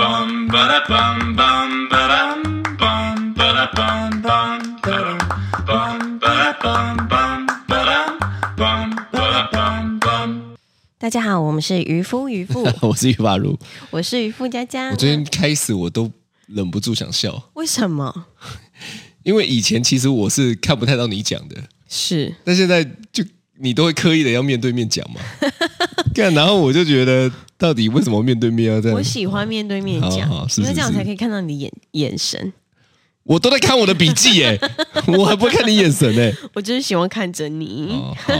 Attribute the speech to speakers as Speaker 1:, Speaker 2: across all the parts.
Speaker 1: bum ba da bum bum ba dum bum ba da bum bum ba dum bum ba da bum bum ba dum bum ba da bum bum.
Speaker 2: 大家好，我们是渔夫渔 妇，
Speaker 3: 我是玉发如。
Speaker 2: 我是渔夫佳佳
Speaker 3: 我。最近开始我都忍不住想笑，
Speaker 2: 为什么？
Speaker 3: 因为以前其实我是看不太到你讲的，
Speaker 2: 是
Speaker 3: 但现在就你都会刻意的要面对面 讲嘛。干，然后我就觉得，到底为什么面对面要这样
Speaker 2: 我？喜欢面对面讲，
Speaker 3: 好好是
Speaker 2: 因为
Speaker 3: 是
Speaker 2: 这样
Speaker 3: 是
Speaker 2: 才可以看到你的眼眼神。
Speaker 3: 我都在看我的笔记 耶、我还不会看你眼神 哎、
Speaker 2: 我就是喜欢看着你。
Speaker 3: 哦，好，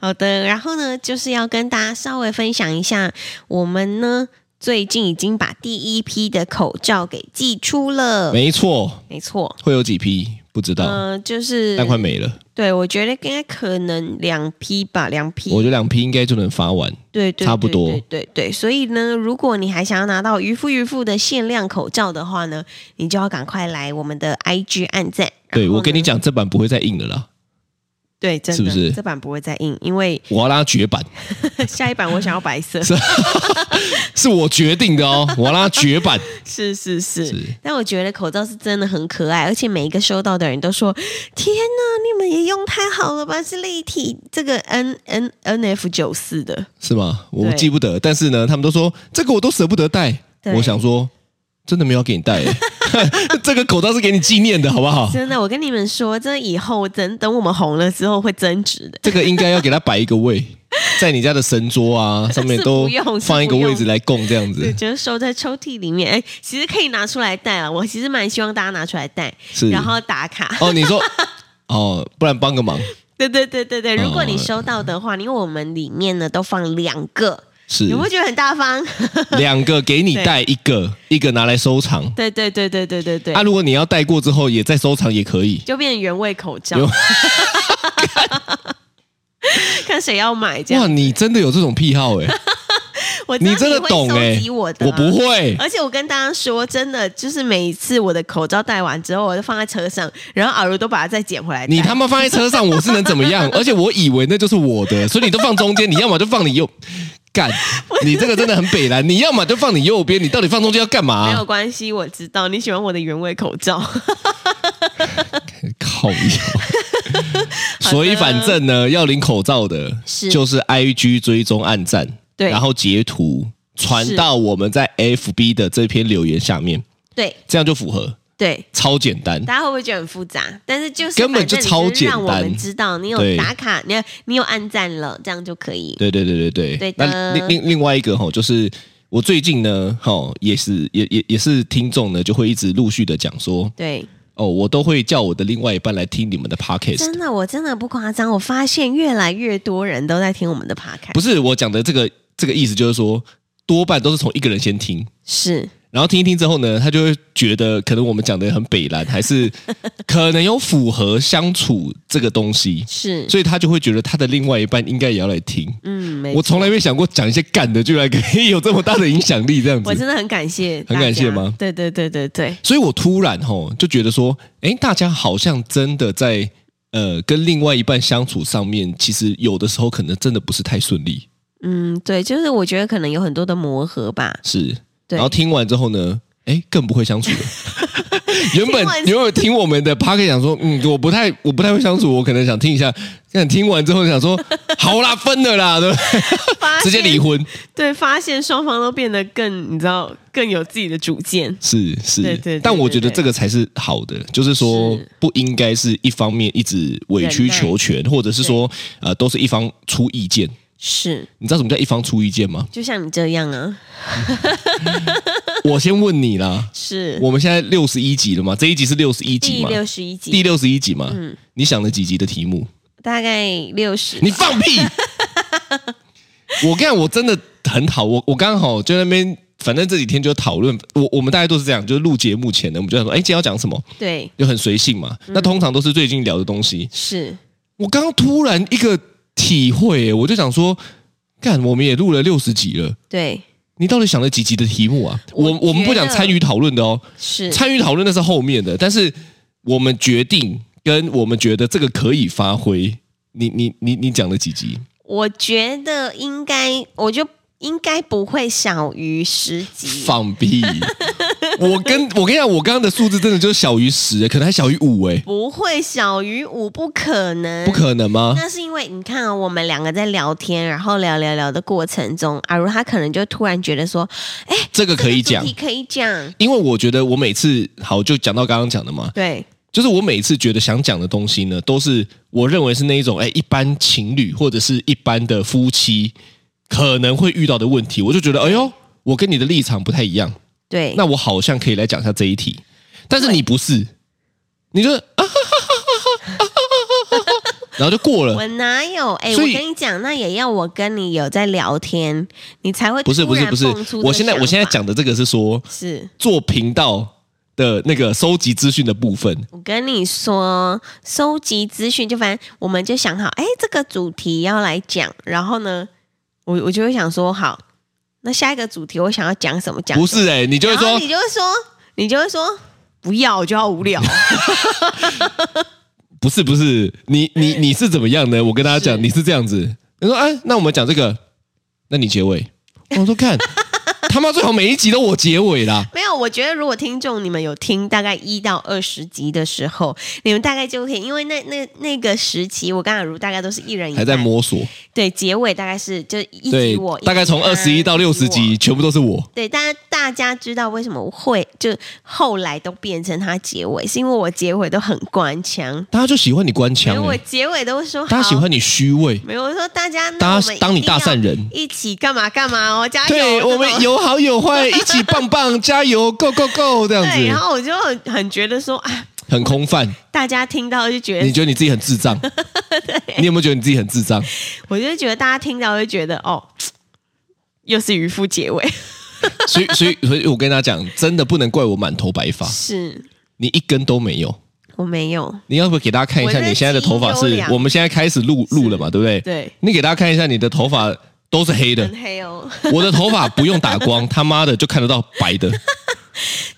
Speaker 2: 好的，然后呢，就是要跟大家稍微分享一下，我们呢最近已经把第一批的口罩给寄出了。
Speaker 3: 没错，
Speaker 2: 没错，
Speaker 3: 会有几批不知道，
Speaker 2: 嗯、就是
Speaker 3: 但快没了。
Speaker 2: 对，我觉得应该可能两批吧，两批。
Speaker 3: 我觉得两批应该就能发完。
Speaker 2: 对对，
Speaker 3: 差不多
Speaker 2: 对对对对所以呢，如果你还想要拿到渔夫渔妇的限量口罩的话呢，你就要赶快来我们的 IG 按赞。然
Speaker 3: 对
Speaker 2: 后呢
Speaker 3: 我跟你，讲，这版不会再印了啦，
Speaker 2: 对，真的
Speaker 3: 是不是
Speaker 2: 这版不会再印？因为
Speaker 3: 我要拉绝版，
Speaker 2: 下一版我想要白色。
Speaker 3: 啊是我决定的哦，我要拉绝版。
Speaker 2: 是是是
Speaker 3: 是
Speaker 2: 但我觉得口罩是真的很可爱，而且每一个收到的人都说：“天哪，你们也用太好了吧！是立体这个 N N N F 九四的，
Speaker 3: 是吗？我
Speaker 2: 对
Speaker 3: 记不得，但是呢，他们都说这个我都舍不得戴。
Speaker 2: 对
Speaker 3: 我想说，真的没有给你戴、欸， 这个口罩是给你纪念的，好不好？
Speaker 2: 真的，我跟你们说，这以后等等我们红了之后会增值的。
Speaker 3: 这个应该要给它摆一个位，在你家的神桌啊上 面
Speaker 2: 是
Speaker 3: 都
Speaker 2: 不用是
Speaker 3: 放一个
Speaker 2: 不用
Speaker 3: 位置来供这样
Speaker 2: 对，
Speaker 3: 子。
Speaker 2: 就是收在抽屉里面。哎，其实可以拿出来戴啊，我其实蛮希望大家拿出来戴，
Speaker 3: 是，
Speaker 2: 然后打卡。
Speaker 3: 哦，你说 哦，不然帮个忙
Speaker 2: 对对对对对，如果你
Speaker 3: 哦
Speaker 2: 收到的话，因为我们里面呢都放两个，
Speaker 3: 是
Speaker 2: 有没有觉得很大方？
Speaker 3: 两个给你戴一个，一个拿来收藏。
Speaker 2: 对对对对对对对，
Speaker 3: 啊，如果你要戴过之后也再收藏也可以。
Speaker 2: 就变原味口罩
Speaker 3: 有，
Speaker 2: 看谁要买这
Speaker 3: 哇，
Speaker 2: 样。
Speaker 3: 你真的有这种癖好哎、
Speaker 2: 我知道
Speaker 3: 你真的
Speaker 2: 会
Speaker 3: 懂哎、
Speaker 2: 收集我的、
Speaker 3: 我不。会。
Speaker 2: 而且我跟大家说，真的，就是每一次我的口罩戴完之后，我就放在车上，然后耳朵都把它再捡回来戴。
Speaker 3: 你他妈放在车上，我是能怎么样？而且我以为那就是我的，所以你都放中间，你要么就放你右， 干，你这个真的很北蓝，你要么就放你右边，你到底放中间要干嘛、
Speaker 2: 没有关系，我知道你喜欢我的原味口 罩。
Speaker 3: 靠腰。所以反正呢，要领口罩的，
Speaker 2: 是
Speaker 3: 就是 I G 追踪暗赞，
Speaker 2: 对
Speaker 3: 然后截图传到我们在 F B 的这篇留言下面，
Speaker 2: 对
Speaker 3: 这样就符合，
Speaker 2: 对，
Speaker 3: 超简单。
Speaker 2: 大家会不会觉得很复杂？但是就是
Speaker 3: 根本就
Speaker 2: 反正你
Speaker 3: 超
Speaker 2: 是让
Speaker 3: 简
Speaker 2: 我
Speaker 3: 单
Speaker 2: 们知道你有
Speaker 3: 对
Speaker 2: 打卡，你有你有按赞了，这样就可以。
Speaker 3: 对对对对
Speaker 2: 对
Speaker 3: 对。
Speaker 2: 的
Speaker 3: 那另另另外一个哈、就是我最近呢，哈、也是也也也是听众呢，就会一直陆续的讲说，
Speaker 2: 对，
Speaker 3: 哦，我都会叫我的另外一半来听你们的 podcast。
Speaker 2: 真的，我真的不夸张，我发现越来越多人都在听我们的 podcast，
Speaker 3: 不是我讲的这个这个意思，就是说多半都是从一个人先听，
Speaker 2: 是
Speaker 3: 然后听一听之后呢，他就会觉得可能我们讲的很北蓝，还是 可能有符合相处这个东西，
Speaker 2: 是，
Speaker 3: 所以他就会觉得他的另外一半应该也要来听。
Speaker 2: 嗯，没
Speaker 3: 我从来没想过讲一些干的，居然可以有这么大的影响力，这样子。
Speaker 2: 我真的很感谢，
Speaker 3: 很感谢吗？
Speaker 2: 对对对对对，
Speaker 3: 所以我突然吼就觉得说，诶，大家好像真的在呃跟另外一半相处上面，其实有的时候可能真的不是太顺利，
Speaker 2: 嗯，对，就是我觉得可能有很多的磨合吧，
Speaker 3: 是。
Speaker 2: 对
Speaker 3: 然后听完之后呢，诶，更不会相处了。 原本
Speaker 2: 听完
Speaker 3: 原本听我们的 p a r k 讲说，嗯，我不太我不太会相处，我可能想听一下。但听完之后想说，好啦，分了啦，对不对？
Speaker 2: 发
Speaker 3: 直接离
Speaker 2: 现，
Speaker 3: 婚，
Speaker 2: 对，发现双方都变得更，你知道，更有自己的主见，
Speaker 3: 是是。
Speaker 2: 对对对
Speaker 3: 但我觉得
Speaker 2: 对
Speaker 3: 这个才是好的，就是说
Speaker 2: 是
Speaker 3: 不应该是一方面一直委曲
Speaker 2: 忍耐
Speaker 3: 求全，或者是说呃都是一方出意见。
Speaker 2: 是，？
Speaker 3: 你知道什么叫一方出意见吗
Speaker 2: 就像你这样啊，
Speaker 3: 我先问你啦，
Speaker 2: 是
Speaker 3: 我们现在六十一集了嘛？这一集是六十一集
Speaker 2: 第
Speaker 3: 嘛？
Speaker 2: 六十一集，嗯
Speaker 3: 第六十一集嘛？你想了几集的题目？
Speaker 2: 大概六十，
Speaker 3: 你放 屁！我跟你讲，我真的很讨我，我刚好就在那边，反正这几天就讨论，我我们大家都是这样，就是录节目前呢，我们就想说，哎，今天要讲什么，
Speaker 2: 对，
Speaker 3: 就很随性嘛。
Speaker 2: 嗯
Speaker 3: 那通常都是最近聊的东西。
Speaker 2: 是
Speaker 3: 我刚刚突然一个体会，我就想说，干，我们也录了六十集了。
Speaker 2: 对，
Speaker 3: 你到底想了几集的题目啊？我
Speaker 2: 我
Speaker 3: 我们不
Speaker 2: 觉
Speaker 3: 讲
Speaker 2: 得
Speaker 3: 参与讨论的哦，
Speaker 2: 是
Speaker 3: 参与讨论那是后面的，但是我们决定跟我们觉得这个可以发挥。你你你你讲了几集？
Speaker 2: 我觉得应该，我就应该不会小于十集。
Speaker 3: 放屁！我跟我跟你讲，我刚刚的数字真的就是小于十，可能还小于五哎，
Speaker 2: 不会小于五，不可能，
Speaker 3: 不可能吗？
Speaker 2: 那是因为你看啊、我们两个在聊天，然后聊聊聊的过程中，啊阿如他可能就突然觉得说，哎，
Speaker 3: 这个可以
Speaker 2: 这个
Speaker 3: 讲
Speaker 2: 主题，可以讲，
Speaker 3: 因为我觉得我每次好就讲到刚刚讲的嘛，
Speaker 2: 对，
Speaker 3: 就是我每次觉得想讲的东西呢，都是我认为是那一种哎，一般情侣或者是一般的夫妻可能会遇到的问题，我就觉得哎呦，我跟你的立场不太一样，
Speaker 2: 对，
Speaker 3: 那我好像可以来讲一下这一题，但是你不是，你就啊哈哈哈哈哈哈哈哈哈哈然后就过了。
Speaker 2: 我哪有？哎、我
Speaker 3: 所以
Speaker 2: 跟你讲，那也要我跟你有在聊天，你才会
Speaker 3: 不是
Speaker 2: 突
Speaker 3: 不
Speaker 2: 然
Speaker 3: 是不是
Speaker 2: 蹦出，这
Speaker 3: 我现在
Speaker 2: 想
Speaker 3: 我现在
Speaker 2: 法
Speaker 3: 讲的这个是说
Speaker 2: 是。
Speaker 3: 做频道的那个收集资讯的部分，
Speaker 2: 我跟你说，收集资讯就反正我们就想好，哎，这个主题要来讲，然后呢，我我就会想说，好，那下一个主题我想要讲什么讲什么？
Speaker 3: 不是哎、你就会
Speaker 2: 然后
Speaker 3: 说
Speaker 2: 你就会说，你就会说不要，我就要无聊。
Speaker 3: 不是不是，你你你是怎么样呢？我跟大家
Speaker 2: 哎是
Speaker 3: 讲，你是这样子，你说哎，那我们讲这个，那你结尾，我 说看他妈最好每一集都我结尾啦，
Speaker 2: 没有，我觉得如果听众你们有听大概一到二十集的时候，你们大概就可以，因为那那那个时期，我跟阿如大概都是一人一
Speaker 3: 还
Speaker 2: 半
Speaker 3: 在摸索，
Speaker 2: 对，结尾大概是就一集
Speaker 3: 对
Speaker 2: 我，，
Speaker 3: 大概从二十一到六十
Speaker 2: 集
Speaker 3: 集
Speaker 2: 我。
Speaker 3: 全部都是我，
Speaker 2: 对，大家大家知道为什么会就后来都变成他结尾，是因为我结尾都很官腔，
Speaker 3: 大家就喜欢你官
Speaker 2: 因为
Speaker 3: 腔、
Speaker 2: 我
Speaker 3: 欸，
Speaker 2: 结尾都会说
Speaker 3: 大家喜
Speaker 2: 好，
Speaker 3: 欢你虚伪，
Speaker 2: 没有我说大家那
Speaker 3: 大
Speaker 2: 我
Speaker 3: 家
Speaker 2: 们
Speaker 3: 当
Speaker 2: 一
Speaker 3: 你
Speaker 2: 定要
Speaker 3: 大善人。
Speaker 2: 一起干嘛干嘛哦，加油！
Speaker 3: 对
Speaker 2: 这种
Speaker 3: 我们有好有 坏，一起棒棒，加油，Go Go Go，这样
Speaker 2: 对，然
Speaker 3: 子
Speaker 2: 后我就很很觉得说，哎，
Speaker 3: 很空泛。
Speaker 2: 大家听到就觉
Speaker 3: 你
Speaker 2: 得，
Speaker 3: 觉得你自己很 智障？你有没有觉得你自己很智障？
Speaker 2: 我就觉得大家听到就觉得，哦，又是渔夫结尾，
Speaker 3: 所以，所以，所以我跟大家讲，真的不能怪我满头白发，
Speaker 2: 是
Speaker 3: 你一根都没有。
Speaker 2: 我没有，
Speaker 3: 你要不要给大家看一下
Speaker 2: 我在
Speaker 3: 你现在的头发
Speaker 2: 记忆优
Speaker 3: 是
Speaker 2: 良？
Speaker 3: 我们现在开始录录了嘛，对不对？
Speaker 2: 对，
Speaker 3: 你给大家看一下你的头发都是黑 的
Speaker 2: 很，黑哦。
Speaker 3: 我的头发不用打光，他妈的就看得到 白的。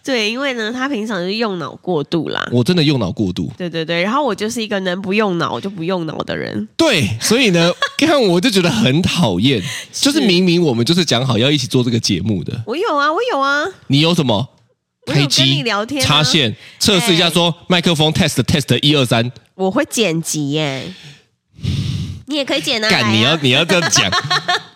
Speaker 2: 对，因为呢，他平常就是用脑过度啦。
Speaker 3: 我真的用脑过度。
Speaker 2: 对对对，然后我就是一个能不用脑就不用脑的人。
Speaker 3: 对，所以 呢，看我就觉得很讨厌，就是明明我们就是讲好要一起做这个节目的，
Speaker 2: 我有啊，我有啊，
Speaker 3: 你有什么
Speaker 2: 我有
Speaker 3: 黑
Speaker 2: 跟你
Speaker 3: 机
Speaker 2: 聊天、啊，
Speaker 3: 插，线测试一下，说麦克风 test test 一二三，
Speaker 2: 我会剪辑耶，你也可以剪啊。来啊
Speaker 3: 干你要你要这 样讲，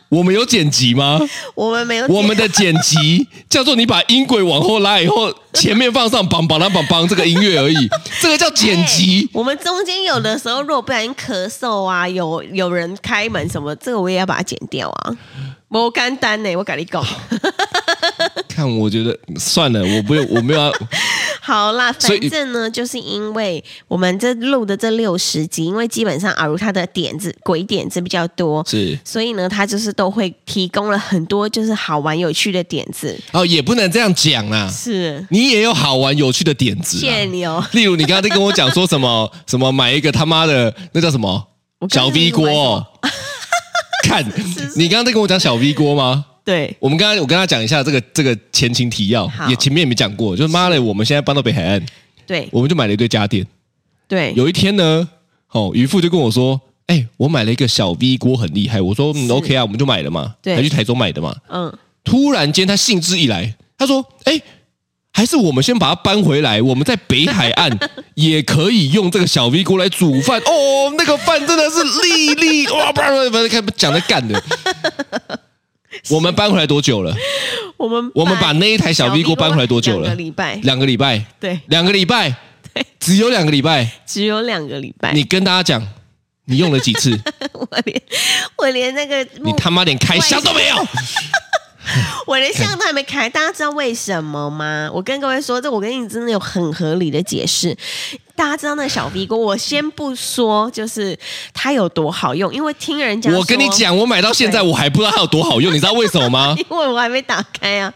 Speaker 3: 我们有剪辑吗？
Speaker 2: 我们没有剪，
Speaker 3: 我们的剪辑叫做你把音轨往后拉以后，前面放上梆梆啦梆梆这个音乐 而已，这个叫剪辑。
Speaker 2: 我们中间有的时候，如果不小心咳嗽啊，有有人开门什么，这个我也要把它剪掉啊。我干单呢，我跟你讲，
Speaker 3: 看，我觉得算了，我不用，我没有要，
Speaker 2: 好啦，
Speaker 3: 所
Speaker 2: 反
Speaker 3: 以，
Speaker 2: 正呢，就是因为我们这录的这六十集，因为基本上阿如他的点子鬼点子比较多
Speaker 3: 是
Speaker 2: 所以呢，他就是都会提供了很多就是好玩有趣的点子。
Speaker 3: 哦，也不能这样讲啦。
Speaker 2: 是，
Speaker 3: 你也有好玩有趣的点子、
Speaker 2: 谢谢
Speaker 3: 啊，
Speaker 2: 你哦。
Speaker 3: 例如你刚刚在跟我讲说什么 什么买一个他妈的那叫什么
Speaker 2: 我刚
Speaker 3: 小
Speaker 2: 刚
Speaker 3: V 锅、哦，看你刚刚在跟我讲小 V 锅吗？
Speaker 2: 对，
Speaker 3: 我们刚才我跟他讲一下这个这个前情提要
Speaker 2: 好，
Speaker 3: 也前面也没讲过，就是妈的，我们现在搬到北海岸，
Speaker 2: 对，
Speaker 3: 我们就买了一堆家电。
Speaker 2: 对，
Speaker 3: 有一天呢，哦，渔夫就跟我说：“哎、我买了一个小 V 锅，很厉害。”我说：“嗯
Speaker 2: 是
Speaker 3: ，OK 啊，我们就买了嘛，
Speaker 2: 对
Speaker 3: 还去台中买的嘛。
Speaker 2: 嗯，”
Speaker 3: 突然间他兴致一来，他说：“哎、还是我们先把它搬回来，我们在北海岸 也可以用这个小 V 锅来煮饭哦，那个饭真的是粒粒 哇，不然不然看讲的干的。我们搬回来多久了？
Speaker 2: 我们
Speaker 3: 我们把那一台小 V 锅搬回来多久
Speaker 2: 两个
Speaker 3: 了？
Speaker 2: 礼拜，
Speaker 3: 两个礼拜，
Speaker 2: 对，
Speaker 3: 两个礼拜
Speaker 2: 对，
Speaker 3: 只有两个礼拜。
Speaker 2: 只有两个礼拜。
Speaker 3: 你跟大家讲，你用了几次？
Speaker 2: 我连我连那个
Speaker 3: 你
Speaker 2: 木，
Speaker 3: 他妈连开箱都没有。
Speaker 2: 我连相都还没开，大家知道为什么吗？我跟各位说，这我跟你真的有很合理的解释。大家知道那个小 V 锅，我先不说，就是它有多好用，因为听人家
Speaker 3: 我跟你
Speaker 2: 说
Speaker 3: 讲，我买到现在我还不知道它有多好用，你知道为什么 吗？
Speaker 2: 因为我还没打开啊，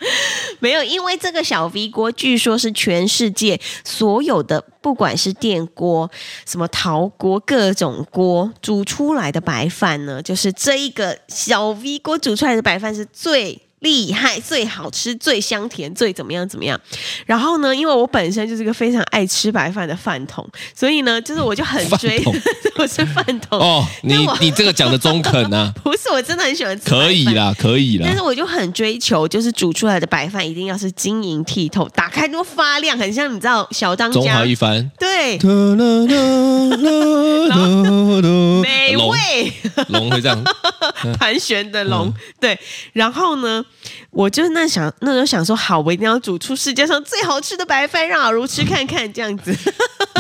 Speaker 2: 没有，因为这个小 V 锅据说是全世界所有的，不管是电锅、什么陶锅、各种锅煮出来的白饭呢，就是这一个小 V 锅煮出来的白饭是最厉害、最好吃、最香甜、最怎么样怎么样。然后呢，因为我本身就是个非常爱吃白饭的饭桶，所以呢，就是我就很追
Speaker 3: 饭桶，
Speaker 2: 我是饭桶。
Speaker 3: 哦，你
Speaker 2: 那我
Speaker 3: 你这个讲的中肯 啊，
Speaker 2: 不是，我真的很喜欢吃白饭
Speaker 3: 可以啦，可以啦
Speaker 2: 但是。我就很追求，就是煮出来的白饭一定要是晶莹剔透，打开都发亮，很像你知道小当
Speaker 3: 中华
Speaker 2: 家
Speaker 3: 一番，
Speaker 2: 对美
Speaker 3: 美
Speaker 2: 味
Speaker 3: 龙会 这样，
Speaker 2: 盘旋的
Speaker 3: 嗯
Speaker 2: 龙、对。然后呢，我就那想那时候想说，好，我一定要煮出世界上最好吃的白饭，让阿如吃看看这样 子。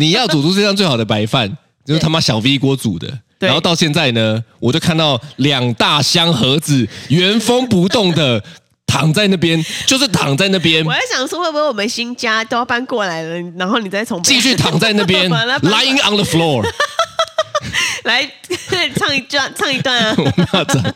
Speaker 3: 你要煮出世界上最好的白饭，就是他妈小 V 锅煮的。
Speaker 2: 对
Speaker 3: 然后到现在呢，我就看到两大箱盒子原封不动的躺在那边，就是躺在那边
Speaker 2: 我，在想说，会不会我们新家都要搬过来了，然后你再从北
Speaker 3: 继续躺在那边
Speaker 2: 把它搬过来
Speaker 3: ，lying on the floor。
Speaker 2: 来唱一段，唱一段 啊！
Speaker 3: 那这样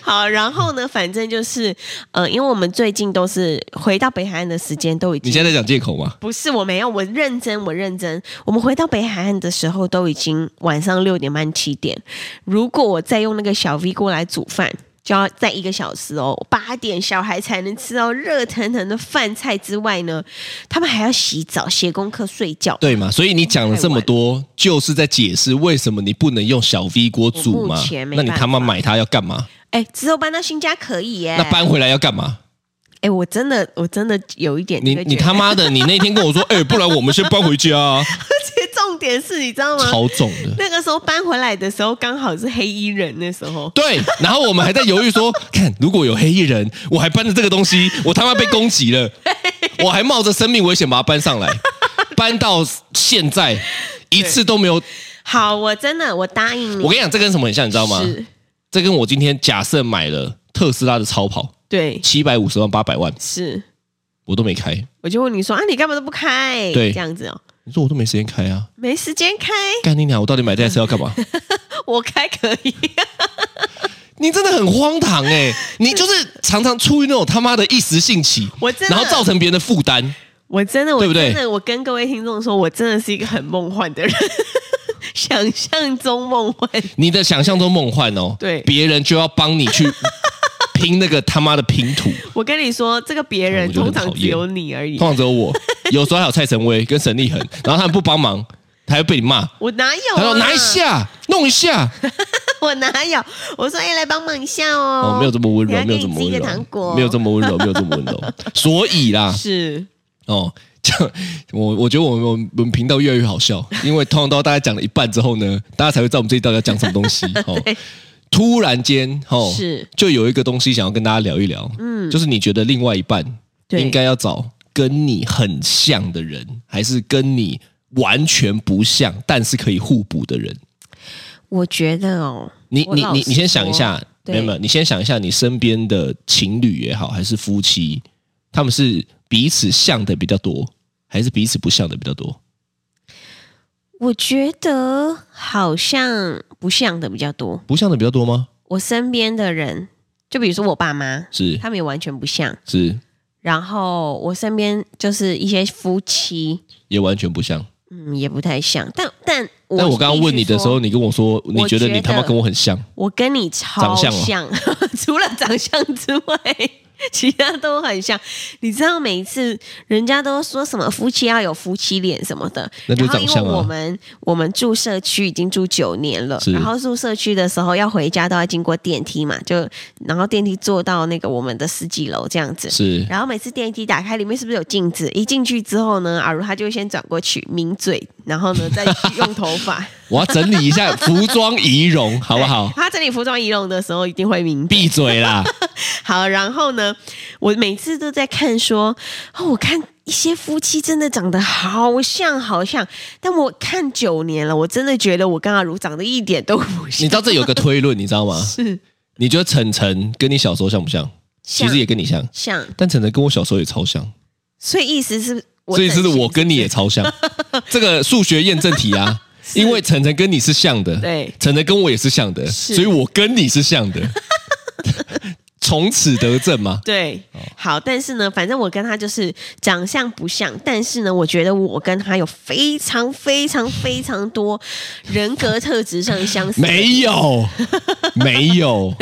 Speaker 2: 好，然后呢，反正就是，呃，因为我们最近都是回到北海岸的时间都已
Speaker 3: 你
Speaker 2: 经。
Speaker 3: 现在在讲借口吗？
Speaker 2: 不是我没有，我认真，我认真。我们回到北海岸的时候，都已经晚上六点半七点。如果我再用那个小 V 锅来煮饭，就要再一个小时哦。八点小孩才能吃到热腾腾的饭菜之外呢，他们还要洗澡、写功课、睡觉。
Speaker 3: 对嘛？所以你讲了这么多，就是在解释为什么你不能用小 V 锅煮
Speaker 2: 我
Speaker 3: 嘛
Speaker 2: 目前？没
Speaker 3: 那你他妈
Speaker 2: 办法
Speaker 3: 买它要干嘛？
Speaker 2: 哎，之后搬到新家可以耶。
Speaker 3: 那搬回来要干嘛？
Speaker 2: 哎，我真的，我真的有一点
Speaker 3: 你
Speaker 2: 这个
Speaker 3: 你
Speaker 2: 哎觉得
Speaker 3: 他妈的！你那天 跟我说，哎、不然我们先搬回家、啊，
Speaker 2: 而且重点是你知道吗？
Speaker 3: 超重的。
Speaker 2: 那个时候搬回来的时候，刚好是黑衣人那时候。
Speaker 3: 对，然后我们还在犹豫说，看如果有黑衣人，我还搬着这个东西，我他妈被攻击 了，我还冒着生命危险把它搬上来，搬到现在一次都没有。
Speaker 2: 好，我真的我答应你。
Speaker 3: 我跟你讲，这跟什么很像，你知道吗？
Speaker 2: 嗯是，
Speaker 3: 这跟我今天假设买了特斯拉的超跑，
Speaker 2: 对，
Speaker 3: 七百五十万、八百万，
Speaker 2: 是。
Speaker 3: 我都没开。
Speaker 2: 我就问你说啊，你干嘛都不开？
Speaker 3: 对
Speaker 2: 这样子哦，
Speaker 3: 你说我都没时间开啊，
Speaker 2: 没时间开，
Speaker 3: 干你娘！我到底买这台车要 干嘛？
Speaker 2: 我开可以。
Speaker 3: 你真的很荒唐哎、你就是常常出于那种他妈的一时兴起，
Speaker 2: 我真的
Speaker 3: 然后造成别人的负担。
Speaker 2: 我真的，我
Speaker 3: 对不对
Speaker 2: 真的，我跟各位听众说，我真的是一个很梦幻的人， 想象中梦幻。
Speaker 3: 你的想象中梦幻哦，
Speaker 2: 对
Speaker 3: 别人就要帮你 去拼那个他妈的拼图，
Speaker 2: 我跟你说，这个别人
Speaker 3: 我觉得
Speaker 2: 通
Speaker 3: 很
Speaker 2: 常
Speaker 3: 讨
Speaker 2: 只
Speaker 3: 厌
Speaker 2: 有你而已
Speaker 3: 通，常只有我，有时候还有蔡成威跟沈立恒，然后他们不帮忙，还会被你骂。
Speaker 2: 我哪有、
Speaker 3: 他说
Speaker 2: 啊？
Speaker 3: 拿一？下，弄一下，
Speaker 2: 我哪有？我说哎、来帮忙一下哦。
Speaker 3: 哦，没有这么温柔
Speaker 2: 等，下
Speaker 3: 没有
Speaker 2: 给
Speaker 3: 这
Speaker 2: 你
Speaker 3: 么
Speaker 2: 吃一
Speaker 3: 温
Speaker 2: 个
Speaker 3: 柔，
Speaker 2: 糖果，
Speaker 3: 没有这 么温柔，没有这么温柔。所以啦，
Speaker 2: 是
Speaker 3: 哦，这样我我觉得我们我们我们频道越来越好笑，因为通常到大家讲了一半之后呢，大家才会知道我们这一道要讲什么东 西。哦，突然间，哦，
Speaker 2: 是
Speaker 3: 就有一个东西想要跟大家聊一聊，嗯，就是你觉得另外一半
Speaker 2: 对
Speaker 3: 应该要找跟你很像的人，还是跟你完全不像但是可以互补的人？
Speaker 2: 我觉得哦，
Speaker 3: 你
Speaker 2: 我
Speaker 3: 你
Speaker 2: 老
Speaker 3: 你
Speaker 2: 实
Speaker 3: 你先想一
Speaker 2: 说
Speaker 3: 下，
Speaker 2: 对
Speaker 3: 没有没有，你先想一下你身边的情侣也好，还是夫妻，他们是彼此像的比较多，还是彼此不像的比较多？
Speaker 2: 我觉得好像不像的比较多。
Speaker 3: 不像的比较多吗？
Speaker 2: 我身边的人，就比如说我爸妈，
Speaker 3: 是
Speaker 2: 他们也完全不像。
Speaker 3: 是，
Speaker 2: 然后我身边就是一些夫妻，
Speaker 3: 也完全不像。
Speaker 2: 嗯，也不太像。但但我
Speaker 3: 但我刚刚问你的时
Speaker 2: 必须说，
Speaker 3: 候，你跟我说你觉得
Speaker 2: 我觉
Speaker 3: 你
Speaker 2: 得
Speaker 3: 他妈跟我很像，
Speaker 2: 我跟你超
Speaker 3: 长相哦
Speaker 2: 像， 除了长相之外。其他都很像，你知道每一次人家都说什么夫妻要有夫妻脸什么的，
Speaker 3: 那就
Speaker 2: 然后因
Speaker 3: 长相
Speaker 2: 为
Speaker 3: 啊
Speaker 2: 我们我们住社区已经住九年了，
Speaker 3: 是
Speaker 2: 然后住社区的时候要回家都要经过电梯嘛，就然后电梯坐到那个我们的十几楼这样子，
Speaker 3: 是
Speaker 2: 然后每次电梯打开，里面是不是有镜子？一进去之后呢，阿如她就会先转过去抿嘴，然后呢再去用头发，
Speaker 3: 我要整理一下服装 仪容， 好不好
Speaker 2: 对？她整理服装仪容的时候一定会抿嘴。
Speaker 3: 闭嘴啦！
Speaker 2: 好，然后呢，我每次都在看说，哦，我看一些夫妻真的长得好像好像，但我看九年了，我真的觉得我跟阿如长得一点都不
Speaker 3: 你
Speaker 2: 像
Speaker 3: 知。道这有个推论，你知道吗？
Speaker 2: 是
Speaker 3: 你觉得晨晨跟你小时候像不像？其
Speaker 2: 像
Speaker 3: 实也跟你像，
Speaker 2: 像，
Speaker 3: 但晨晨跟我小时候也超像，
Speaker 2: 所以意思是我
Speaker 3: 所
Speaker 2: 整
Speaker 3: 以
Speaker 2: 形，
Speaker 3: 是我跟你也超像。 这个数学验证题啊，因为晨晨跟你是像的，
Speaker 2: 对
Speaker 3: 晨晨跟我也是像的，
Speaker 2: 是
Speaker 3: 所以我跟你是像的。从此得证嘛。
Speaker 2: 对，
Speaker 3: 哦
Speaker 2: 好，但是呢，反正我跟他就是长相不像，但是呢，我觉得我跟他有非常非常非常多人格特质上相似。
Speaker 3: 没 有，没有，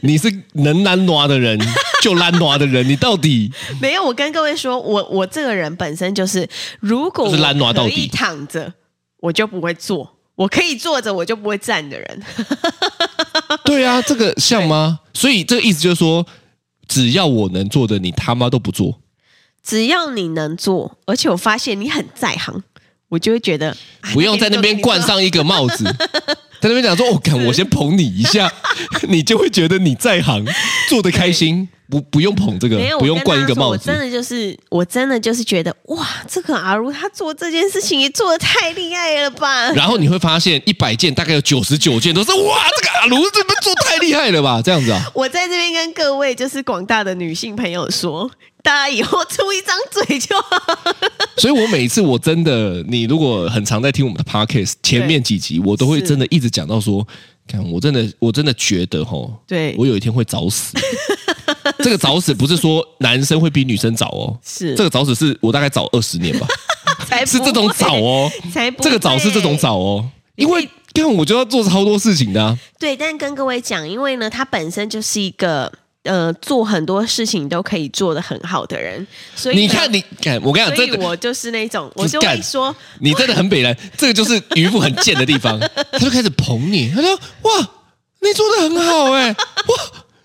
Speaker 3: 你是能懒惰 的人就懒惰的人，你到底
Speaker 2: 没有，我跟各位说，我我这个人本身就是，如果
Speaker 3: 就是懒惰啊
Speaker 2: 我
Speaker 3: 到
Speaker 2: 可
Speaker 3: 底
Speaker 2: 以躺着，我就不会坐；我可以坐着，我就不会站的人。
Speaker 3: 对啊？这个像吗？所以这个意思就是说，只要我能做的，你他妈都不做。
Speaker 2: 只要你能做，而且我发现你很在行，我就会觉得哎
Speaker 3: 不用在那
Speaker 2: 给
Speaker 3: 边
Speaker 2: 你做
Speaker 3: 冠上一个帽子，在那边讲说：“哦，干，我先捧你一下， 你就会觉得你在行，做的开心，不不用捧这个
Speaker 2: 没有，，
Speaker 3: 不用冠一个
Speaker 2: 我
Speaker 3: 帽
Speaker 2: 跟大家说我真
Speaker 3: 子。
Speaker 2: 的就是，我真的就是觉得，哇，这个阿如他做这件事情也做的太厉害了吧”？
Speaker 3: 然后你会发现，一百件大概有九十九件都是哇，这个阿卢这边做太厉害了吧？这样子啊，
Speaker 2: 我在这边跟各位就是广大的女性朋友说，大家以后出一张嘴就好。
Speaker 3: 所以我每次我真的，你如果很常在听我们的 podcast 前面几集，我都会真的一直讲到说，看我真的我真的觉得吼，
Speaker 2: 对
Speaker 3: 我有一天会早死。 这个早死不是说男生会比女生早哦，
Speaker 2: 是
Speaker 3: 这个早死是我大概早二十年 吧，
Speaker 2: 才不
Speaker 3: 是这种早哦，
Speaker 2: 会，才不
Speaker 3: 这个早是这种
Speaker 2: 会
Speaker 3: 早哦，
Speaker 2: 你
Speaker 3: 因
Speaker 2: 可以
Speaker 3: 为看我就要做超多事情的、啊，
Speaker 2: 对，但跟各位讲，因为呢，他本身就是一个呃，做很多事情都可以做得很好的人，所以呢
Speaker 3: 你看，你看我跟你讲，
Speaker 2: 所
Speaker 3: 真
Speaker 2: 以
Speaker 3: 的
Speaker 2: 我就是那种，我
Speaker 3: 不是
Speaker 2: 就会
Speaker 3: 干
Speaker 2: 说，
Speaker 3: 你真的很北然，这个就是渔夫很贱的地 方。他就开始捧你，他说：“哇，你做的很好哎、哇，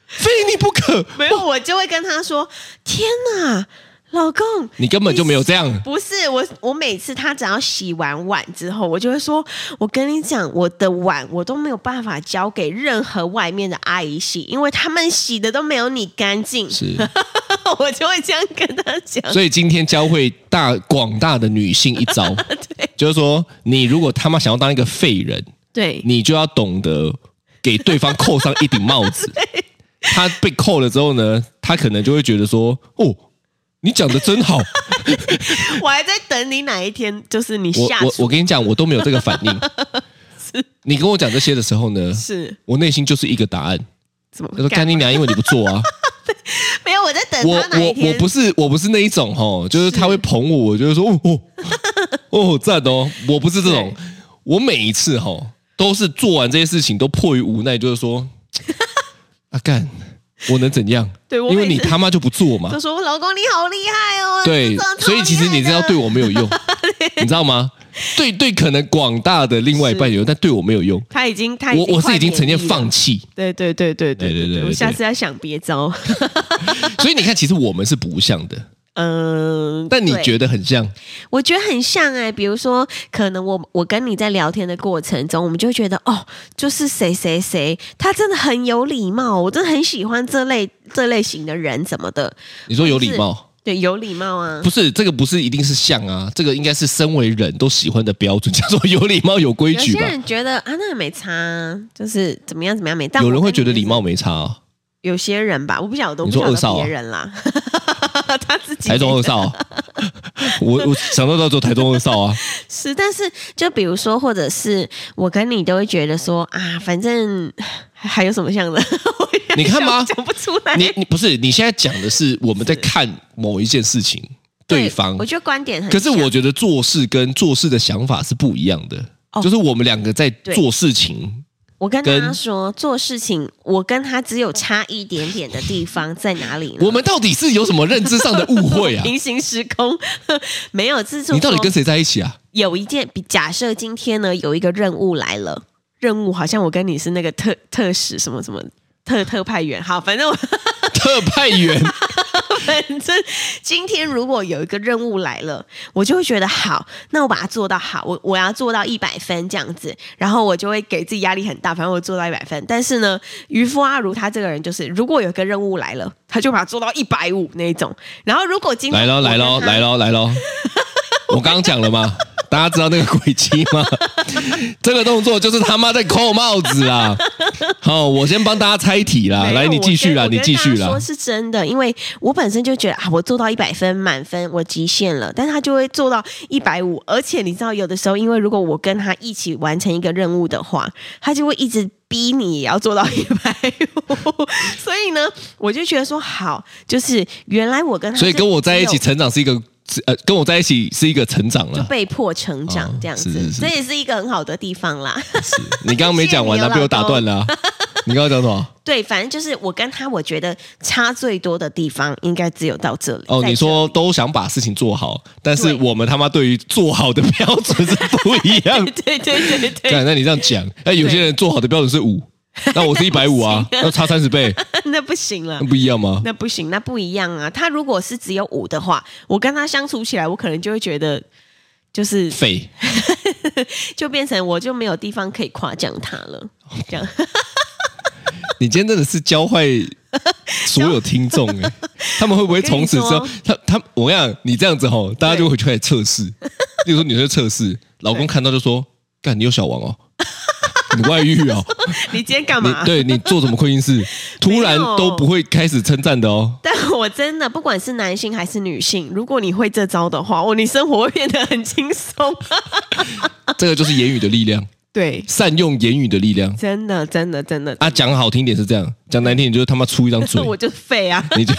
Speaker 3: 非你不可。
Speaker 2: 没有，我就会跟他说，天哪，老公”。
Speaker 3: 你根本就没有这样，
Speaker 2: 不是我，我每次他只要洗完碗之后，我就会说：“我跟你讲，我的碗我都没有办法交给任何外面的阿姨洗，因为他们洗的都没有你干净。”
Speaker 3: 是。
Speaker 2: 我就会这样跟他讲。
Speaker 3: 所以今天教会大广大的女性一招，就是说，你如果他妈想要当一个废人，
Speaker 2: 对，
Speaker 3: 你就要懂得给对方扣上一顶帽子。他被扣了之后呢，他可能就会觉得说：“哦，你讲的真好。”
Speaker 2: 我还在等你哪一天，就是你
Speaker 3: 我
Speaker 2: 下
Speaker 3: 我
Speaker 2: 厨
Speaker 3: 我跟你讲，我都没有这个反应。你跟我讲这些的时候呢，
Speaker 2: 是
Speaker 3: 我内心就是一个答案，
Speaker 2: 怎么
Speaker 3: 他说
Speaker 2: 干
Speaker 3: 干你娘，因为你不做啊。
Speaker 2: 没有，我在等
Speaker 3: 我
Speaker 2: 他哪一
Speaker 3: 我
Speaker 2: 天。
Speaker 3: 我不是我不是那一种哦，就是他会捧我，我就会说哦哦哦赞哦，我不是这种
Speaker 2: 对，
Speaker 3: 我每一次哦都是做完这些事情都迫于无奈，就是说啊干，我能怎样？
Speaker 2: 对我
Speaker 3: 因为
Speaker 2: 每
Speaker 3: 你
Speaker 2: 次
Speaker 3: 他妈就不做嘛
Speaker 2: 就，说老公你好厉害哦，
Speaker 3: 对
Speaker 2: 你真的，超
Speaker 3: 所以其实
Speaker 2: 厉害
Speaker 3: 你
Speaker 2: 的
Speaker 3: 这样对我没有 用，你知道吗？对对，可能广大的另外一半有用，但对我没有用。
Speaker 2: 他已经他
Speaker 3: 我我是已经
Speaker 2: 快
Speaker 3: 呈现
Speaker 2: 免疫了
Speaker 3: 放弃，
Speaker 2: 对对对对
Speaker 3: 对对对对
Speaker 2: 我下次要想别招。
Speaker 3: 所以你看，其实我们是不像 的，
Speaker 2: 嗯，
Speaker 3: 但你
Speaker 2: 对
Speaker 3: 觉得很像，
Speaker 2: 我觉得很像哎、比如说，可能我我跟你在聊天的过程中，我们就会觉得哦，就是谁谁谁，他真的很有礼貌，我真的很喜欢这类这类型的人，怎么的？
Speaker 3: 你说有礼貌，
Speaker 2: 对，有礼貌啊
Speaker 3: 不，是这个不是一定是像啊，这个应该是身为人都喜欢的标准， 叫做有礼貌有规
Speaker 2: 有
Speaker 3: 矩
Speaker 2: 些
Speaker 3: 吧。
Speaker 2: 人觉得啊，那也没差啊，就是怎么样怎么样没，但
Speaker 3: 有
Speaker 2: 我
Speaker 3: 人会
Speaker 2: 跟你
Speaker 3: 觉得
Speaker 2: 就是
Speaker 3: 礼貌没差、啊，
Speaker 2: 有些人吧，我不晓得，我
Speaker 3: 你
Speaker 2: 不
Speaker 3: 说
Speaker 2: 晓
Speaker 3: 二少
Speaker 2: 得
Speaker 3: 啊
Speaker 2: 别人啦， 他自己
Speaker 3: 台中二少、啊，我我想到到做台中二少 啊，
Speaker 2: 是，但是就比如说，或者是我跟你都会觉得说啊，反正还还有什么像的， 我有点
Speaker 3: 你看吧
Speaker 2: 想讲不出来。
Speaker 3: 你你不是你现在讲的是我们在看某一件事情，对方
Speaker 2: 我觉得观点很
Speaker 3: 可是
Speaker 2: 像
Speaker 3: 我觉得做事跟做事的想法是不一样的，
Speaker 2: 哦
Speaker 3: 就是我们两个在
Speaker 2: 对
Speaker 3: 做事情，
Speaker 2: 我跟
Speaker 3: 跟
Speaker 2: 他说做事情，我跟他只有差一点点的地方在哪里呢？
Speaker 3: 我们到底是有什么认知上的误会 啊？
Speaker 2: 平行时空没有，自从
Speaker 3: 你到底跟谁在一起啊？
Speaker 2: 有一件，比假设今天呢有一个任务来了，任务好像我跟你是那个特特使什么什么特特派员，好，反正我。
Speaker 3: 特派员，
Speaker 2: 反正今天如果有一个任务来了，我就会觉得好，那我把它做到好，我我要做到一百分这样子，然后我就会给自己压力很大，反正我做到一百分。但是呢，渔夫阿如他这个人就是，如果有一个任务来了，他就把它做到一百五那一种。然后如果今天
Speaker 3: 来喽来喽来
Speaker 2: 了，
Speaker 3: 喽来 喽！我刚刚讲了嘛，大家知道那个轨迹 吗？这个动作就是他妈在扣帽子啦！好，我先帮大家猜题啦，
Speaker 2: 没有
Speaker 3: 啊来你继续啦，
Speaker 2: 我跟
Speaker 3: 你继续
Speaker 2: 我跟大家说。
Speaker 3: 啦
Speaker 2: 是真的，因为我本身就觉得啊，我做到一百分满分，我极限了，但是他就会做到一百五，而且你知道，有的时候因为如果我跟他一起完成一个任务的话，他就会一直。逼你也要做到一百五。所以呢，我就觉得说好，就是原来我跟他
Speaker 3: 所以跟我在一
Speaker 2: 只
Speaker 3: 起
Speaker 2: 有
Speaker 3: 成长是一个呃，跟我在一起是一个成长 了。
Speaker 2: 被迫成长
Speaker 3: 哦
Speaker 2: 这样子，
Speaker 3: 是是是
Speaker 2: 这也是一个很好的地方啦。
Speaker 3: 你刚刚没讲完
Speaker 2: 谢谢
Speaker 3: 啊，
Speaker 2: 你哦
Speaker 3: 被我打断了啊。你刚刚讲什么？
Speaker 2: 对，反正就是我跟他，我觉得差最多的地方应该只有到这里。
Speaker 3: 哦，
Speaker 2: 在
Speaker 3: 你
Speaker 2: 这
Speaker 3: 说都想把事情做好，但是
Speaker 2: 对
Speaker 3: 我们他妈对于做好的标准是不一样的。
Speaker 2: 对对对对
Speaker 3: 干，那你这样讲，哎，有些人做好的标准是五，那我是一百 五啊，要差三十倍，
Speaker 2: 对， 那不行了
Speaker 3: 那。不一样吗？
Speaker 2: 那不行，那不一样啊！他如果是只有五的话，我跟他相处起来，我可能就会觉得，就是
Speaker 3: 废，
Speaker 2: 就变成我就没有地方可以夸奖他了。这 样
Speaker 3: 你今天真的是教坏所有听众哎、他们会不会从此之
Speaker 2: 我跟
Speaker 3: 后
Speaker 2: 你，
Speaker 3: 他他我跟你讲，你这样子吼，大家就会去开始测试。例如说，女生测试，老公看到就说：“干，你有小王 哦，你外遇哦，
Speaker 2: 你今天干
Speaker 3: 你
Speaker 2: 嘛？
Speaker 3: 对你做什么婚姻事？”突然
Speaker 2: 没有
Speaker 3: 都不会开始称赞的哦。
Speaker 2: 但我真的不管是男性还是女性，如果你会这招的话，哦，你生活会变得很轻松。啊
Speaker 3: 这个就是言语的力量，
Speaker 2: 对，
Speaker 3: 善用言语的力量
Speaker 2: 真的，真的，真的，
Speaker 3: 啊！讲好听点是这样，讲难听点就是他妈出一张嘴
Speaker 2: 这，我就废啊！
Speaker 3: 你就。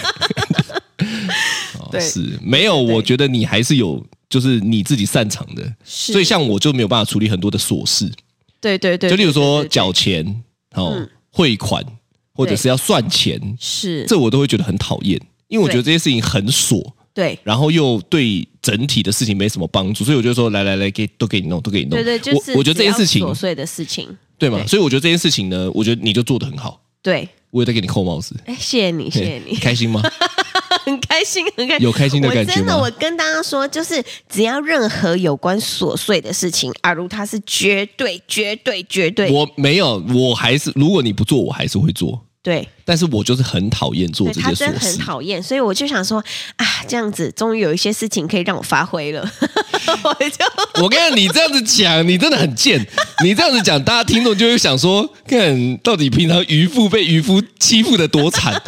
Speaker 3: 哦
Speaker 2: 对
Speaker 3: 是没有，
Speaker 2: 对
Speaker 3: 我觉得你还是有，就是你自己擅长的，
Speaker 2: 是
Speaker 3: 所以像我就没有办法处理很多的琐事，
Speaker 2: 对对对，
Speaker 3: 就例如说
Speaker 2: 对对对嗯
Speaker 3: 缴钱、哦汇款，或者
Speaker 2: 对
Speaker 3: 是要算钱，
Speaker 2: 是，
Speaker 3: 这我都会觉得很讨厌，因为我觉得这些事情很琐，
Speaker 2: 对
Speaker 3: 然后又对整体的事情没什么帮助，所以我就说来来来，给都给你弄，都给你弄。
Speaker 2: 对对，就是
Speaker 3: 我我觉得这
Speaker 2: 只
Speaker 3: 件
Speaker 2: 要
Speaker 3: 事情
Speaker 2: 琐碎的事情，
Speaker 3: 对嘛，
Speaker 2: 对
Speaker 3: 所以我觉得这件事情呢，我觉得你就做得很好，
Speaker 2: 对。
Speaker 3: 我也在给你扣帽子，
Speaker 2: 哎，谢谢你，谢谢你，
Speaker 3: 开心吗？
Speaker 2: 很开心，很开心，
Speaker 3: 有开心的感觉
Speaker 2: 我真的，
Speaker 3: 吗
Speaker 2: 我跟大家说，就是只要任何有关琐碎的事情，阿如他是绝对、绝对、绝对
Speaker 3: 我没有，我还是如果你不做，我还是会做，
Speaker 2: 对。
Speaker 3: 但是我就是很讨厌做
Speaker 2: 对
Speaker 3: 这
Speaker 2: 他
Speaker 3: 些
Speaker 2: 真
Speaker 3: 琐
Speaker 2: 的很
Speaker 3: 事。
Speaker 2: 讨厌，所以我就想说啊，这样子终于有一些事情可以让我发挥了， 我就
Speaker 3: 我跟你讲，你这样子讲，你真的很贱。你这样子讲，大家听众就会想说，看到底平常渔夫被渔夫欺负的多惨？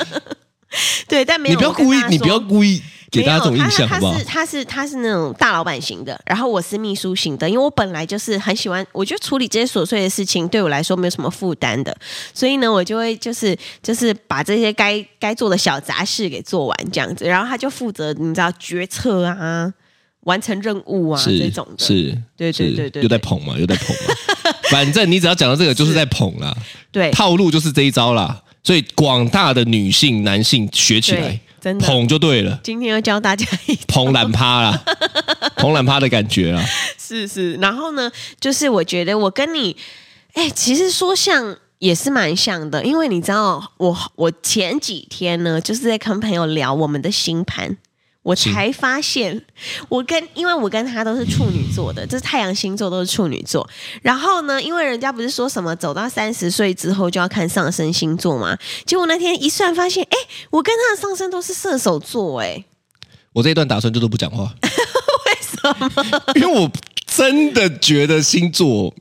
Speaker 2: 对，但 没有
Speaker 3: 你不要
Speaker 2: 我跟
Speaker 3: 故意
Speaker 2: 大，家
Speaker 3: 你不
Speaker 2: 说
Speaker 3: 要故意给
Speaker 2: 没有
Speaker 3: 大家这种印象，
Speaker 2: 他
Speaker 3: 好不好
Speaker 2: 他是？他是他是那种大老板型的，然后我是秘书型的，因为我本来就是很喜欢，我觉得处理这些琐碎的事情对我来说没有什么负担的，所以呢，我就会就是就是把这些该该做的小杂事给做完这样子，然后他就负责你知道决策啊。完成任务啊，这
Speaker 3: 是
Speaker 2: 种的，
Speaker 3: 是，
Speaker 2: 对对
Speaker 3: 是
Speaker 2: 对对
Speaker 3: 又在
Speaker 2: 对
Speaker 3: 捧嘛，又在捧嘛。 反正你只要讲到这个，就是在捧啦。
Speaker 2: 对，
Speaker 3: 套路就是这一招啦。所以广大的女性、男性学起来
Speaker 2: 对，真的
Speaker 3: 捧就对了，
Speaker 2: 今天要教大家一
Speaker 3: 捧懒趴 啦，捧懒趴的感觉啊啦。
Speaker 2: 是是，然后呢，就是我觉得我跟你，哎、其实说像也是蛮像的，因为你知道，我我前几天呢，就是在跟朋友聊我们的星盘。我
Speaker 3: 是
Speaker 2: 才发现，我跟因为我跟他都是处女座的，就是太阳星座都是处女座。然后呢，因为人家不是说什么走到三十岁之后就要看上升星座嘛，结果那天一算发现，哎，我跟他的上升都是射手座，哎，
Speaker 3: 我这一段打算就是不讲 话，为什么？因为我真的觉得星座，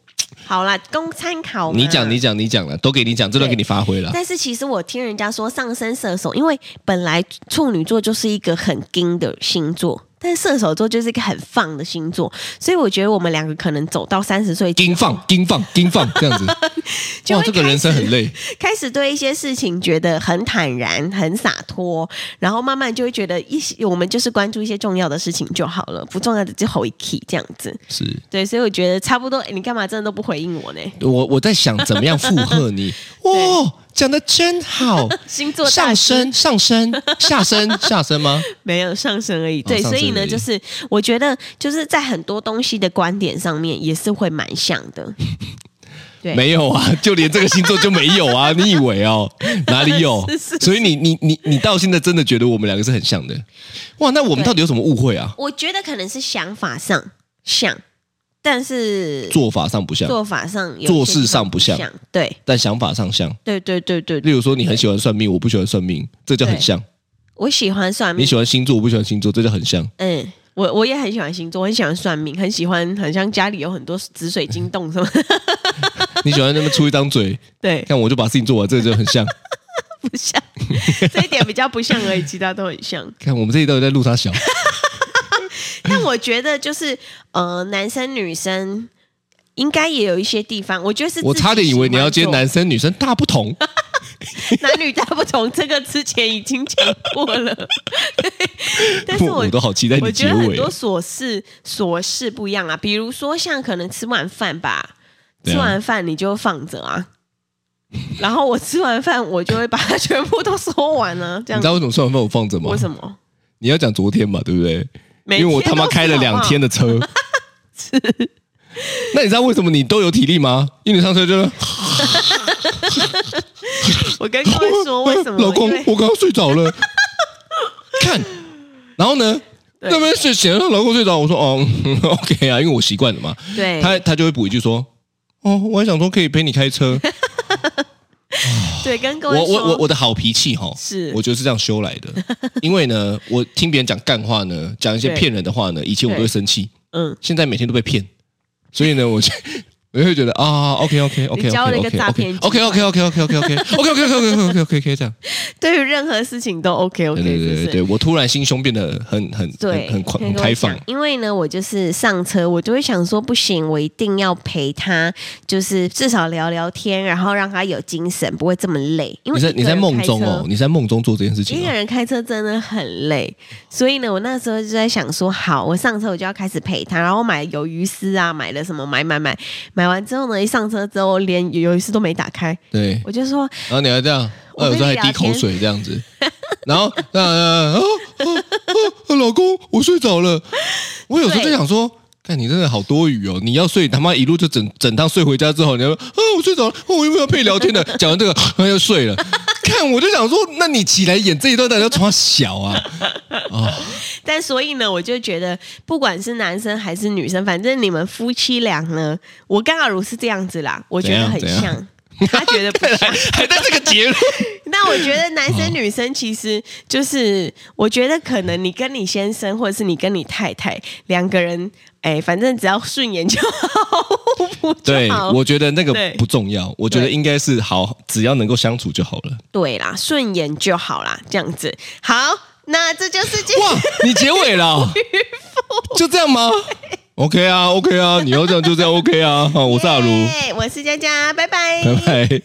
Speaker 2: 好啦，供参考嘛。
Speaker 3: 你讲你讲你讲了，都给你讲，这段给你发挥了。
Speaker 2: 但是其实我听人家说上升射手，因为本来处女座就是一个很硬的星座，但是射手座就是一个很放的星座，所以我觉得我们两个可能走到三十岁之后
Speaker 3: 金放金放金放这样子，
Speaker 2: 就
Speaker 3: 哇，
Speaker 2: 会
Speaker 3: 这个
Speaker 2: 开
Speaker 3: 人生
Speaker 2: 始
Speaker 3: 很累。
Speaker 2: 开始对一些事情觉得很坦然、很洒脱，然后慢慢就会觉得一些我们就是关注一些重要的事情就好了，不重要的就吼一 key 这样子。
Speaker 3: 是
Speaker 2: 对，所以我觉得差不多。诶你干嘛真的都不回应我呢？
Speaker 3: 我我在想怎么样附和 你。哇，讲的真好，
Speaker 2: 星座大
Speaker 3: 上
Speaker 2: 师
Speaker 3: 身上身下身下身吗？
Speaker 2: 没有上升而已，对，
Speaker 3: 哦上
Speaker 2: 所
Speaker 3: 升
Speaker 2: 以呢，
Speaker 3: 而已
Speaker 2: 就是我觉得就是在很多东西的观点上面也是会蛮像的，对
Speaker 3: 没有啊，就连这个星座就没有啊！你以为哦，哪里 有？所以你你你你到现在真的觉得我们两个是很像的？哇，那我们
Speaker 2: 对
Speaker 3: 到底有什么误会啊？
Speaker 2: 我觉得可能是想法上像，但是
Speaker 3: 做法上不像，
Speaker 2: 做法上有
Speaker 3: 做
Speaker 2: 些地方
Speaker 3: 事上不
Speaker 2: 不
Speaker 3: 像
Speaker 2: 对
Speaker 3: 但想法上像。
Speaker 2: 对对对对，
Speaker 3: 例如说，你很喜欢算命，我不喜欢算命，这就很像；
Speaker 2: 我喜欢算
Speaker 3: 你
Speaker 2: 命，
Speaker 3: 喜欢星座，我不喜欢星座，这就 很像。
Speaker 2: 嗯。我我也很喜欢星座，我很喜欢算命，很喜欢，很像家里有很多紫水晶洞什么的。
Speaker 3: 你喜欢那么出一张嘴，
Speaker 2: 对，
Speaker 3: 看我就把事情做完，这就很 像。
Speaker 2: 不 像这一点比较不像而已，其他都很像。
Speaker 3: 看我们这一到底在录啥小？
Speaker 2: 但我觉得就是呃，男生女生应该也有一些地方，我觉得是
Speaker 3: 我
Speaker 2: 自己
Speaker 3: 差点以为你要
Speaker 2: 喜
Speaker 3: 接
Speaker 2: 欢做
Speaker 3: 男生女生大不同，
Speaker 2: 男女大不同，这个之前已经讲过了。 对，但是
Speaker 3: 我
Speaker 2: 我
Speaker 3: 我都好期待
Speaker 2: 我
Speaker 3: 你
Speaker 2: 觉
Speaker 3: 结
Speaker 2: 得很
Speaker 3: 尾
Speaker 2: 多。琐事琐事不一样啊，比如说像可能吃完饭吧，
Speaker 3: 对啊
Speaker 2: 吃完饭你就放着啊。然后我吃完饭，我就会把它全部都说完啊，这
Speaker 3: 你
Speaker 2: 样
Speaker 3: 知道为什么吃完饭我放着吗
Speaker 2: 为？什么？
Speaker 3: 你要讲昨天嘛，对不对？
Speaker 2: 每
Speaker 3: 因为我
Speaker 2: 天
Speaker 3: 他妈
Speaker 2: 都是
Speaker 3: 开了
Speaker 2: 好不
Speaker 3: 两
Speaker 2: 好
Speaker 3: 天，的车。那你知道为什么你都有体力吗？因为你上车就是
Speaker 2: 我跟各位说为什么？
Speaker 3: 老公
Speaker 2: 因为，
Speaker 3: 我刚刚睡着 了。看，然后呢，
Speaker 2: 对
Speaker 3: 那边是显然老公睡着，我说哦 嗯，OK 啊，因为我习惯了嘛。
Speaker 2: 对
Speaker 3: 他他就会补一句说，哦，我还想说可以陪你开车。
Speaker 2: 对，跟各
Speaker 3: 我
Speaker 2: 位
Speaker 3: 我
Speaker 2: 说，
Speaker 3: 我我的好脾气哈、
Speaker 2: 是
Speaker 3: 我觉得是这样修来的。因为呢，我听别人讲干话呢，讲一些
Speaker 2: 对
Speaker 3: 骗人的话呢，以前我都
Speaker 2: 对
Speaker 3: 会生气，
Speaker 2: 嗯，
Speaker 3: 现在每天都被骗，所以呢，我就我就会觉得啊，OK OK OK
Speaker 2: 你交了一个
Speaker 3: OK
Speaker 2: 诈骗
Speaker 3: OK OK OK OK OK OK OK OK OK OK OK OK OK 这样。
Speaker 2: 对于任何事情都 OK OK，
Speaker 3: 对对对对对，我突然心胸变得很很
Speaker 2: 对，
Speaker 3: 很很宽
Speaker 2: 可以
Speaker 3: 很
Speaker 2: 跟我
Speaker 3: 开放
Speaker 2: 讲。因为呢，我就是上车，我就会想说，不行，我一定要陪他，就是至少聊聊天，然后让他有精神，不会这么累。因为
Speaker 3: 你在
Speaker 2: 一个
Speaker 3: 你在
Speaker 2: 人
Speaker 3: 梦
Speaker 2: 开
Speaker 3: 中
Speaker 2: 车
Speaker 3: 哦，。你在梦中做这件事情
Speaker 2: 一个
Speaker 3: 哦、
Speaker 2: 人开车真的很累，所以呢，我那时候就在想说，好，我上车我就要开始陪他，然后买鱿鱼丝啊，买了什么买买买，买完之后呢，一上车之后连鱿鱼丝都没打开，
Speaker 3: 对，
Speaker 2: 我就说
Speaker 3: 然后你还这样，
Speaker 2: 我
Speaker 3: 啊有
Speaker 2: 跟
Speaker 3: 时候还
Speaker 2: 你
Speaker 3: 滴
Speaker 2: 聊
Speaker 3: 口
Speaker 2: 天
Speaker 3: 水这样子， 然后那啊啊啊，老公，我睡着了。我有时候在
Speaker 2: 对
Speaker 3: 想说。看你真的好多余哦！你要睡，他妈一路就整整趟睡回家之后，你要说啊，我睡着了，我有没有陪你聊天的？讲完这个， 他又 睡了。看，我就想说，那你起来演这一段，大家床 小啊？
Speaker 2: 但所以呢，我就觉得，不管是男生还是女生，反正你们夫妻俩呢，我跟阿如是这样子啦，我觉得很
Speaker 3: 怎样怎
Speaker 2: 像。他觉得 不像，
Speaker 3: 还在这个结论，
Speaker 2: 那我觉得男生女生其实就是，我觉得可能你跟你先生或者是你跟你太太两个人，哎，反正只要顺眼就 好，互补
Speaker 3: 对
Speaker 2: 就，好。
Speaker 3: 我觉得那个
Speaker 2: 对
Speaker 3: 不重要，我觉得
Speaker 2: 对
Speaker 3: 应该是好，只要能够相处就好了。
Speaker 2: 对啦，顺眼就好啦，这样子。好，那这就是今
Speaker 3: 哇，你结尾了哦，就这样吗？OK 啊 ，OK 啊，你要这样就这样 OK 啊，好，我是阿如，
Speaker 2: 耶我是佳佳，拜拜
Speaker 3: 拜拜。